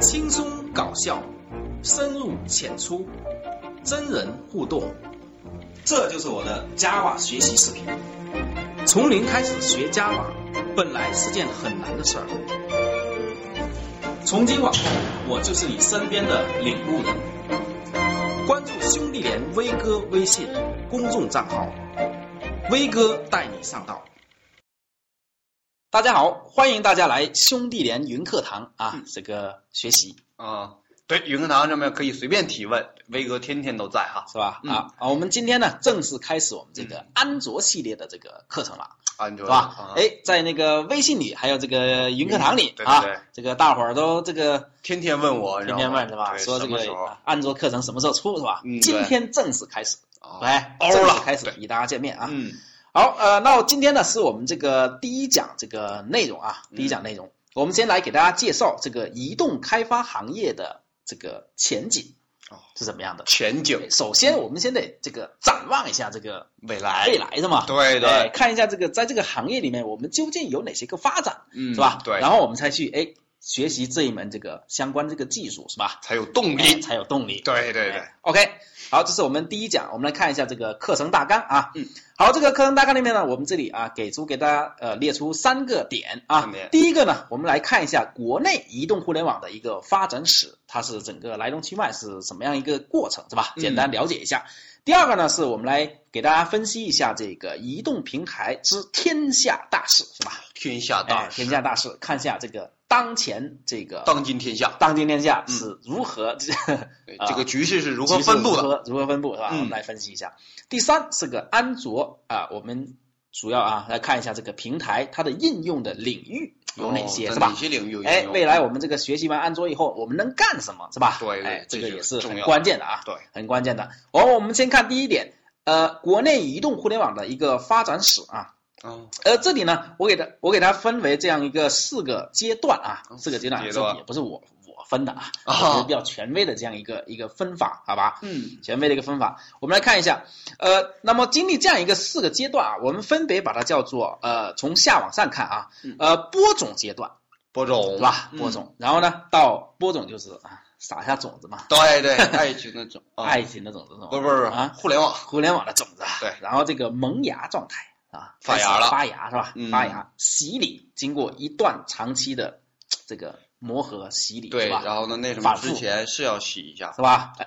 轻松搞笑，深入浅出，真人互动，这就是我的 Java 学习视频。从零开始学 Java，本来是件很难的事儿。从今往后，我就是你身边的领路人。关注兄弟连威哥微信公众账号，威哥带你上道。大家好，欢迎大家来兄弟连云课堂啊，这个学习啊，对，云课堂上面可以随便提问，威哥天天都在哈。是吧？嗯啊啊，我们今天呢正式开始我们这个安卓系列的这个课程了，安卓是吧？哎，哎，在那个微信里，还有这个云课堂里嗯对对啊对，这个大伙儿都这个天天问我，天天问是你知道吗吧？对说这什么时个候啊安卓课程什么时候出是吧？嗯对今天正式开始，啊来，欧正式了开始与大家见面啊。嗯，好，呃，那今天呢是我们这个第一讲这个内容啊，第嗯一讲内容，我们先来给大家介绍这个移动开发行业的这个前景哦是怎么样的。前景对首先，我们先得这个展望一下这个未来，未来的嘛，对哎对，看一下这个在这个行业里面我们究竟有哪些个发展，嗯，是吧？对，然后我们才去哎学习这一门这个相关这个技术，是吧？才有动力哎。才有动力。对对对哎，，OK，好，这是我们第一讲，我们来看一下这个课程大纲啊。嗯，好，这个课程大纲里面呢，我们这里啊给出给大家呃列出三个点啊三点。第一个呢，我们来看一下国内移动互联网的一个发展史，它是整个来龙去脉是怎么样一个过程，是吧？嗯简单了解一下。第二个呢，是我们来给大家分析一下这个移动平台之天下大事，是吧？天下哎大，事，天下大事，看一下这个当前这个当今天下，当今天下是如何、 对啊这个局势是如何分布如的？何如何分布是吧？嗯我们来分析一下。第三是个安卓啊，我们主要啊来看一下这个平台它的应用的领域有哪些、哦是在吧哪？些领域有应用？哎，未来我们这个学习完安卓以后，我们能干什么是吧？对对哎，这这个就也是是重很要的关键的啊，对，很关键的。我我们先看第一点，呃，国内移动互联网的一个发展史啊，哦，呃，这里呢，我给它我给它分为这样一个四个阶段啊，四个阶段，哦阶这段也不是我我分的啊，啊这是比较权威的这样一个一个分法，好吧？嗯，权威的一个分法，我们来看一下，呃，那么经历这样一个四个阶段啊，我们分别把它叫做呃，从下往上看啊嗯，呃，播种阶段播种是吧？嗯播种，然后呢，到播种就是啊，撒下种子嘛，对对，爱情的种，啊爱情的种子是吧，不是不是不是啊，互联网互联网的种子啊，对然后这个萌芽状态啊，发芽开始了发芽是吧？嗯发芽洗礼，经过一段长期的这个磨合洗礼，对，是吧？然后呢，那什么反复之前是要洗一下，是吧？ 哎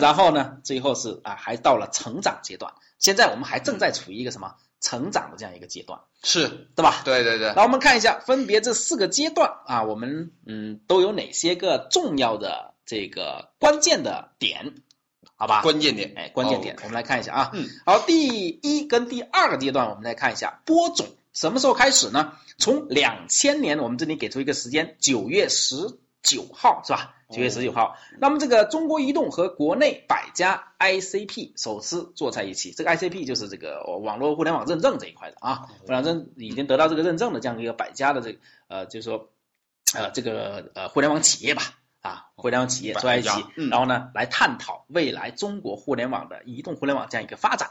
然后呢，最后是啊，还到了成长阶段。现在我们还正在处于一个什么成长的这样一个阶段，是，对吧？对对对然，后我们看一下，分别这四个阶段啊，我们嗯都有哪些个重要的这个关键的点，好吧？关键点，哎，关键点，我们来看一下啊。嗯，好，第一跟第二个阶段，我们来看一下播种什么时候开始呢？从两千年，我们这里给出一个时间，九月十九号是吧？九月十九号。那么这个中国移动和国内百家 ICP 首次坐在一起，这个 ICP 就是这个哦网络互联网认证这一块的啊，互联网认已经得到这个认证的这样一个百家的这个呃，就是说呃这个呃互联网企业吧。啊，互联网企业坐在一起百家，嗯然后呢，来探讨未来中国互联网的移动互联网这样一个发展，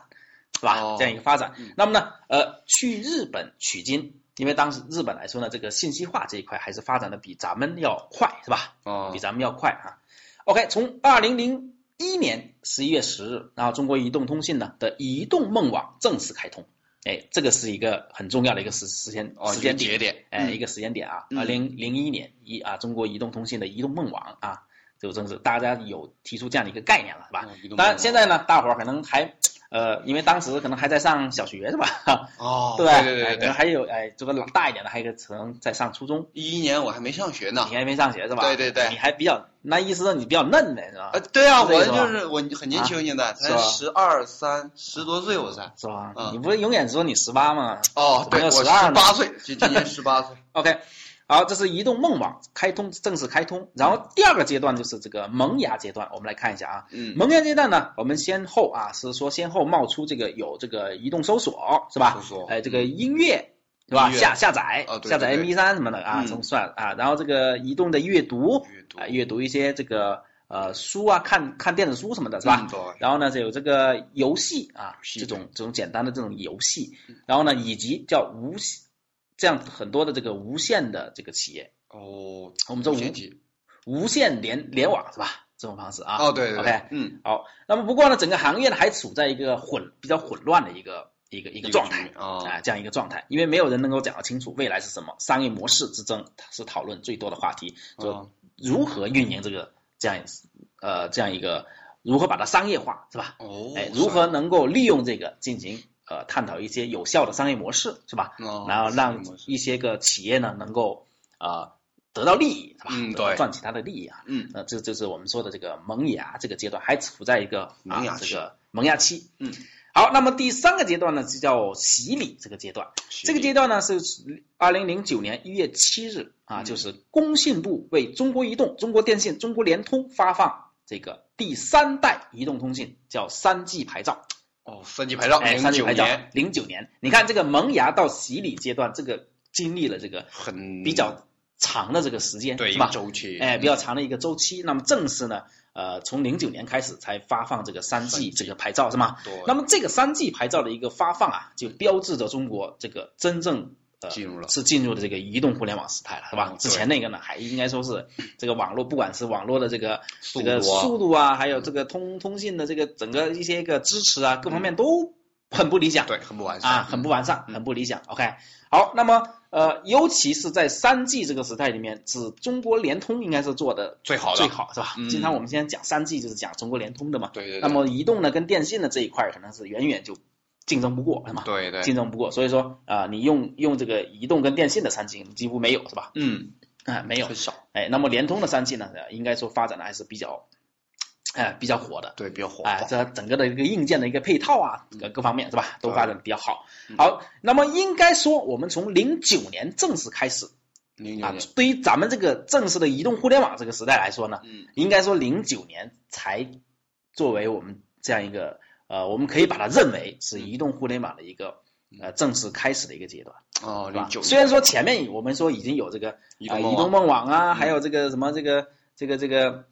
是吧？哦这样一个发展嗯。那么呢，呃，去日本取经，因为当时日本来说呢，这个信息化这一块还是发展的比咱们要快，是吧？哦比，咱们要快啊。OK，从二零零一年十一月十日，然后中国移动通信呢的移动梦网正式开通。哎，这个是一个很重要的一个时时间哦，时间一点个节点，哎，一个个时间点啊，嗯二零零一年一啊，中国移动通信的移动梦网啊，就正是大家有提出这样的一个啊概念了，是嗯吧？啊当然，现在呢，大伙儿可能还呃，因为当时可能还在上小学是吧？ 哦，吧？对哎对可能还有哎，这个老大一点的，还有一个可能在上初中，一一年我还没上学呢你，还没上学是吧？啊对对对你还比较，那意思是你比较嫩呗，是吧啊？，对啊，是这我意思吧啊就是我很年轻，现在是才吧十二三，十多岁我才，是吧？嗯你不是永远说你十八吗哦，对，还有我十12呢八岁，今今 年十八岁， ？OK，好，这是移动梦网开通正式开通，然后第二个阶段就是这个萌芽阶段，我们来看一下啊。嗯，萌芽阶段呢，我们先后啊是说先后冒出这个有这个移动搜索是吧搜？索哎，这个音乐是吧？音乐下下载、啊对下载对 MP 对3什么的啊，嗯这么算啊。然后这个移动的阅读阅读啊，阅读一些这个呃书啊，看看电子书什么的是吧？嗯？对然后呢，有这个游戏啊，戏这种这种简单的这种游戏，嗯然后呢，以及叫无这样很多的这个无线的这个企业，哦，我们说无无线机无线联联网是吧？这种方式啊。哦，对对对 OK，嗯，好，那么不过呢，整个行业呢还处在一个混比较混乱的一个一个一一个状态局啊，啊，这样一个状态，因为没有人能够讲得清楚未来是什么，商业模式之争是讨论最多的话题，就哦如何运营这个这样呃这样一个如何把它商业化是吧？哦哎，如何能够利用这个进行呃探讨一些有效的商业模式是吧？哦然后让一些个企业呢能够呃得到利益是吧？嗯得到对赚取它的利益啊，嗯那这就是我们说的这个萌芽这个阶段，还处在一个萌芽啊、期这个萌芽期。嗯，好，那么第三个阶段呢，就叫洗礼这个阶段。这个阶段呢是二零零九年一月七日啊，嗯就是工信部为中国移动、中国电信、中国联通发放这个第三代移动通信叫三 G 牌照。哦三级牌照哎，零三 G 九牌照年，零九年，你看这个萌芽到洗礼阶段，这个经历了这个很比较长的这个时间，嗯对是一吧个？周期，哎，比较长的一个周期。那么正式呢，呃，从零九年开始才发放这个三 G 这个牌照是吗？对那么这个三 G 牌照的一个发放啊，就标志着中国这个真正呃进入了是进入了这个移动互联网时代了，是吧嗯？之前那个呢，还应该说是这个网络，不管是网络的这个速这度个啊速度啊，还有这个通通信的这个整个一些个支持啊，各方嗯面都很不理想。对很不完善啊，很不完善，嗯很不理想。OK，好，那么呃，尤其是在三 G 这个时代里面，指中国联通应该是做的最好的最好是吧？嗯经常我们现在讲三 G 就是讲中国联通的嘛，对对对那么移动呢跟电信的这一块儿可能是远远就竞争不过是吧？对对竞争不过，所以说啊、呃你用用这个移动跟电信的三 G 几乎没有是吧？嗯啊、没有很，少哎，那么联通的三 G 呢，应该说发展的还是比较，哎、比较火的。对比较火哎，这整个的一个硬件的一个配套啊，各各方面是吧，都发展得比较好。好，那么应该说，我们从零九年正式开始零九啊年，对于咱们这个正式的移动互联网这个时代来说呢，嗯应该说零九年才作为我们这样一个呃，我们可以把它认为是移动互联网的一个呃正式开始的一个阶段，哦是吧零？九虽然说前面我们说已经有这个移啊，动移梦动网梦网啊，还有这个什么这个这个这个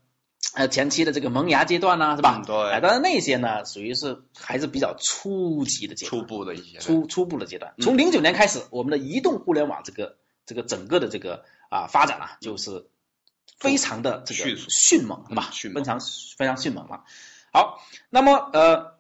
呃前期的这个萌芽阶段呐、是吧嗯？对哎当然那些呢，属于是还是比较初级的阶段，初步的一嗯些初初步的阶段。从零九年开始，我们的移动互联网这个这个整个的这个啊、发展啊，就是非常的这个嗯迅速迅猛，是吧？嗯迅猛非常非常迅猛了。好，那么呃。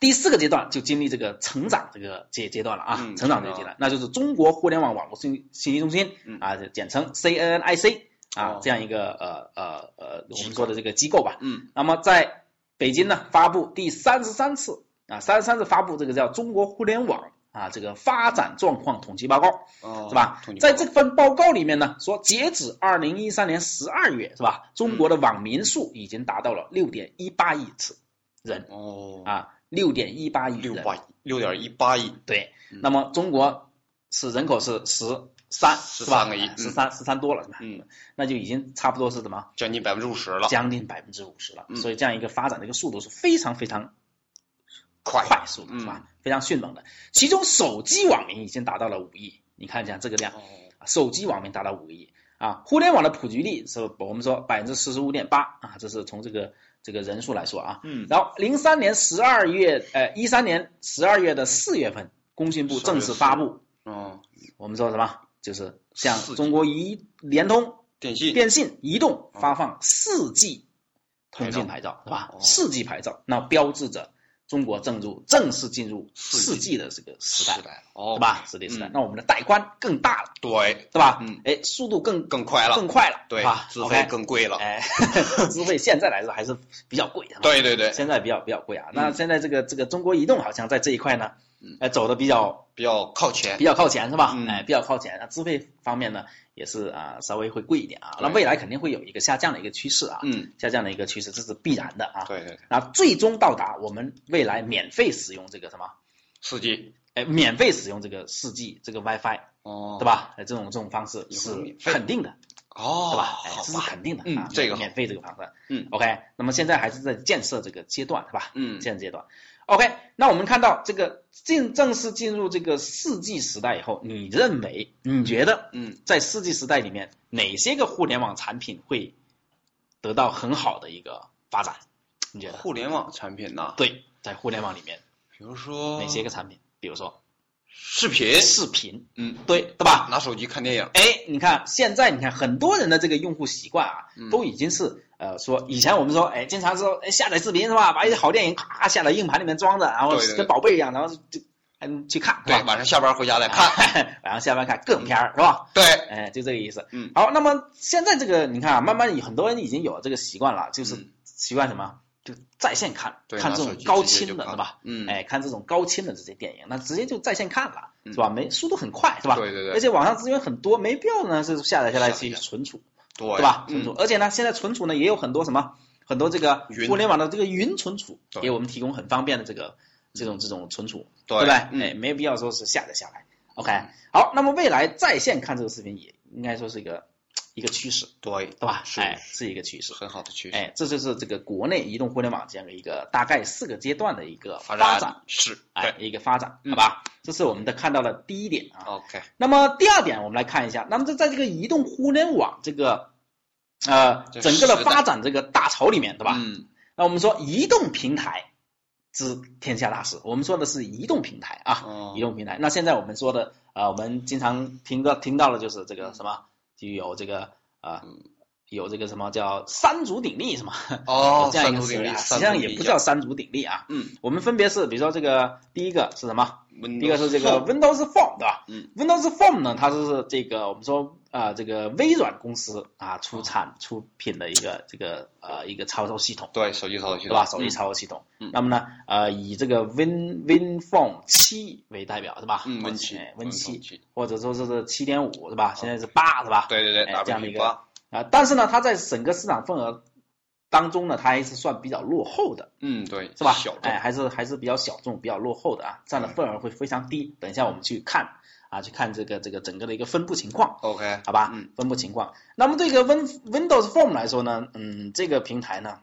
第四个阶段就经历这个成长这个阶阶段了啊，嗯成长这个阶段，那就是中国互联网网络信信息中心、嗯啊，简称 CNIC 啊，哦这样一个呃呃呃我们说的这个机构吧，嗯那么在北京呢，发布第三十三次啊，三十三次发布这个叫《中国互联网》啊这个发展状况统计报告，哦是吧同意？在这份报告里面呢，说截止二零一三年十二月，是吧？中国的网民数已经达到了六点一八亿次人哦啊，六点一八亿六人，八嗯六点一八亿对。那么中国是人口是十三，是吧13个亿嗯十三十三多了，是吧？嗯，那就已经差不多是什么？将近百分之五十了，将近百分之五十了，嗯所以这样一个发展的一个速度是非常非常快快速的，嗯是吧？非常迅猛的。其中手机网民已经达到了五亿，你看一下这个量，哦手机网民达到五个亿啊！互联网的普及率是我们说百分之四十五点八啊，这是从这个这个人数来说啊。嗯然后零三年十二月，呃，一三年十二月的四月份，工信部正式发布，哦我们说什么？就是向四 G 中国移联通电信电信、移动发放四 G 通信牌照，是吧啊哦？四 G 牌照，那标志着中国正入正式进入四 G 四 G 的这个时代，时代了哦是吧？四 G 时代嗯，那我们的带宽更大了，对是吧嗯？哎，速度更更快了更快了，对是吧？资 OK 费更贵了哎， 资费现在来说还是比较贵的，是吧对对对现在比较比较贵啊。嗯那现在这个这个中国移动好像在这一块呢嗯，哎，走的比较比较靠前比较靠前是吧？嗯哎，比较靠前。那资费方面呢，也是啊、稍微会贵一点啊。对那未来肯定会有一个下降的一个趋势啊，嗯下降的一个趋势，这是必然的啊。对对对那最终到达我们未来免费使用这个什么？四 G 哎，免费使用这个四 G 这个 WiFi，哦对吧？哎，这种这种方式是以后免费肯定的，哦对吧？哎，好这是吧肯定的嗯啊。这个好免费这个方式，嗯，OK。那么现在还是在建设这个阶段，对吧？嗯现阶段。OK，那我们看到这个进正式进入这个四 G 时代以后，你认为你觉得嗯在四 G 时代里面，哪些个互联网产品会得到很好的一个发展？你觉得？互联网产品呐对，在互联网里面比如说哪些个产品？比如说视频，视频，嗯，对对吧？拿手机看电影，哎，你看现在你看很多人的这个用户习惯啊，嗯都已经是呃说以前我们说哎，经常说哎下载视频是吧？把一些好电影咔下到硬盘里面装着，然后对对对跟宝贝一样，然后就嗯去看，是对，啊吧？晚上下班回家再看，看， 然后下班看各种片儿是吧？对，哎，就这个意思。嗯，好，那么现在这个你看啊，慢慢很多人已经有了这个习惯了，就是嗯习惯什么？就在线看，对看拿这种手机高直接清就的，看对吧？嗯，哎，看这种高清的这些电影，那直接就在线看了，嗯是吧？没速度很快，是吧？对对对而且网上资源很多，没必要呢是下载下来下载去下来存储，对，对吧？存嗯储，而且呢，现在存储呢也有很多什么，很多这个云互联网的这个云存储，对给我们提供很方便的这个这种这种存储，对不对？嗯哎，没必要说是下载下来。OK，好，那么未来在线看这个视频也应该说是一个一个趋势，对，对吧？是哎，是一个趋势是。很好的趋势，哎，这就是这个国内移动互联网这样的一个大概四个阶段的一个发展展，是，哎对，一个发展，嗯好吧？这是我们的看到的第一点啊。 ，OK，那么第二点，我们来看一下，那么这在这个移动互联网这个呃这整个的时代发展这个大潮里面，对吧？嗯，那我们说移动平台知天下大事，我们说的是移动平台啊，哦移动平台。那现在我们说的呃，我们经常听到听到的就是这嗯个什么，就有这个呃。有这个什么叫三足鼎立什么？哦 有，这样三一个足词鼎立，啊，实际三足上鼎也立不叫三足鼎立啊。嗯，我们分别是，比如说这个第一个是什么？ Windows 第一个是这个 Windows Phone 对吧？嗯，Windows Phone 呢，它是这个我们说啊、呃这个微软公司啊出哦产出品的一个这个呃一个操作系统，对手机操作系对统吧？手机嗯操作系统。嗯那么呢，呃，以这个 Win Win Phone 七为代表，是吧？嗯，Win 7哎，Win Win 七7，或者说这是七点五，是吧？现在是八，是吧？对对对哎这样的一个，WP8 啊，但是呢，它在整个市场份额当中呢，它还是算比较落后的。嗯，对，是吧？小众嗯哎，还是还是比较小众、比较落后的啊，占的份额会非常低。等一下我们去看啊，去看这个这个整个的一个分布情况， ，OK，好吧？嗯，分布情况。那么对一个 Win Windows Phone 来说呢，嗯，这个平台呢，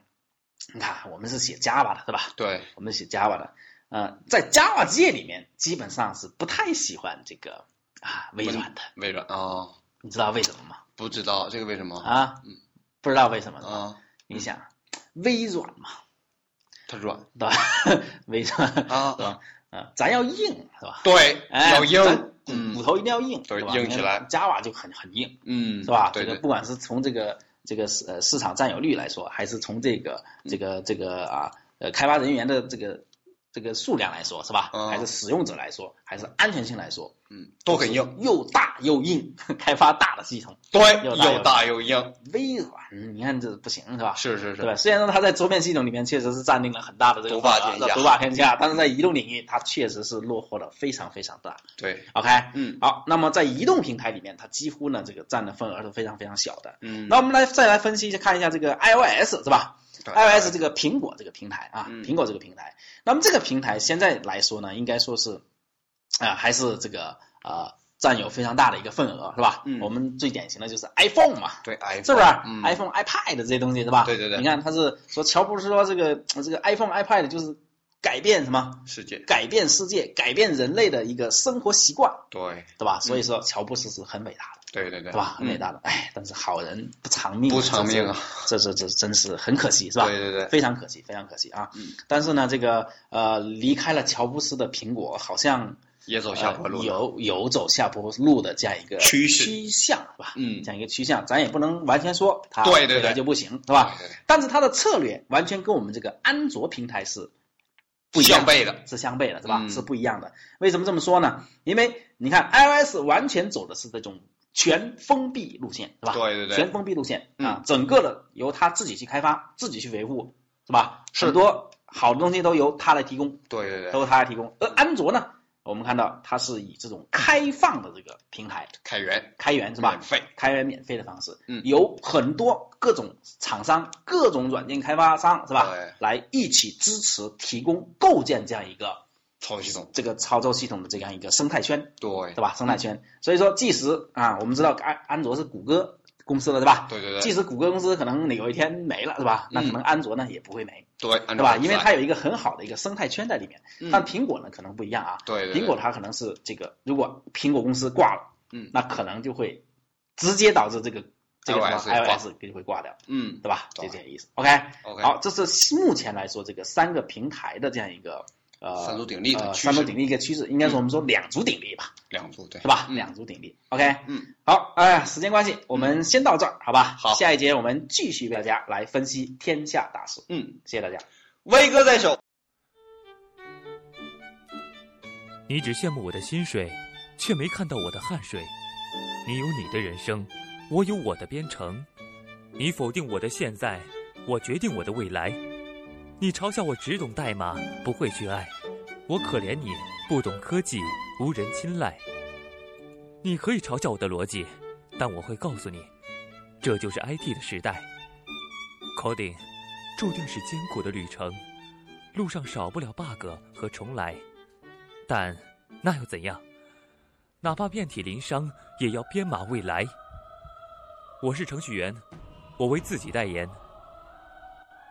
你看我们是写 Java 的，对吧？对，我们写 Java 的，呃，在 Java 界里面基本上是不太喜欢这个啊微软的，微软哦，你知道为什么吗？不知道这个为什么啊，嗯不知道为什么？啊？你想，微软嘛，它软对吧？ 微软啊是吧？啊，咱要硬，是吧？对，哎，要硬，咱骨骨嗯头一定要硬，对吧？硬起来。 Java 就很很硬，嗯，是吧？对这个对，不管是从这个这个市呃市场占有率来说，还是从这个这个这个啊呃开发人员的这个这个数量来说，是吧？嗯还是使用者来说，还是安全性来说，嗯，都很硬，，又大又硬， 开发大的系统，对，又大又又大又硬，微软，你看这不行，是吧？是是对吧？是，虽然说它在桌面系统里面确实是占领了很大的这个独霸份额天下独霸天下，但是在移动领域，它确实是落后的非常非常大。对， OK，嗯好，那么在移动平台里面，它几乎呢这个占的份额是非常非常小的。嗯，那我们来再来分析一下，看一下这个 iOS 是吧对？iOS 这个苹果这个平台啊，嗯苹果这个平台，那么这个平台现在来说呢，应该说是啊、还是这个呃占有非常大的一个份额是吧？嗯我们最典型的就是 iPhone 嘛，对 i 是不是、嗯 i p h o n e iPad 这些东西是吧？对对对你看他是说乔布斯说这个这个 iPhone、iPad 就是改变什么？世界，改变世界，改变人类的一个生活习惯，对对吧？所以说乔布斯是很伟大的，对嗯对对，对吧？很伟嗯大的，哎，但是好人不长命，不偿命啊，这是，这这这真是很可惜，是吧？对对对，非常可惜，非常可惜啊！嗯但是呢，这个呃，离开了乔布斯的苹果，好像也走下坡路呃了，有有走下坡路的这样一个趋势趋向，是吧？嗯这样一个趋向，咱也不能完全说它对对未来对就不行，是吧？对对对但是它的策略完全跟我们这个安卓平台是不一样相悖的，是相悖的，是吧？嗯是不一样的。为什么这么说呢？因为你看 iOS 完全走的是这种全封闭路线，是吧？对对对嗯全封闭路线啊，整个的由它自己去开发，自己去维护，是吧？是很多好的东西都由它来提供，对对对，都是它来提供。而安卓呢，我们看到它是以这种开放的这个平台、开源开源是吧免？费，开源免费的方式，嗯有很多各种厂商、各种软件开发商是吧对？来一起支持、提供、构建这样一个操作系统，这个操作系统的这样一个生态圈，对对吧？生态圈。嗯所以说，即使啊，我们知道安安卓是谷歌公司的，对吧？对对嗯即对，使谷歌公司可能有一天没了，是吧？那可能安卓呢也不会没，对，对对吧？因为它有一个很好的一个生态圈在里面。但嗯，苹果呢可能不一样啊，对对，对苹果它可能是这个，如果苹果公司挂了，嗯那可能就会直接导致这个这个什 iOS 么挂 iOS 就会挂掉，嗯对吧？就对这个意思。OK， ，OK，好，这是目前来说这个三个平台的这样一个呃三足鼎立的呃趋势三足鼎立一个趋势，应该说我们说两足鼎立吧，两组对是吧？嗯两足鼎立，OK，嗯，好，哎、呀，时间关系，我们先到这儿，好吧？好下一节我们继续为大家来分析天下大事，嗯，谢谢大家。威哥在手，你只羡慕我的薪水，却没看到我的汗水。你有你的人生，我有我的编程。你否定我的现在，我决定我的未来。你嘲笑我只懂代码，不会去爱。我可怜你不懂科技，无人青睐。你可以嘲笑我的逻辑，但我会告诉你，这就是 IT 的时代。Coding 注定是艰苦的旅程，路上少不了 bug 和重来。但那又怎样？哪怕遍体鳞伤，也要编码未来。我是程序员，我为自己代言。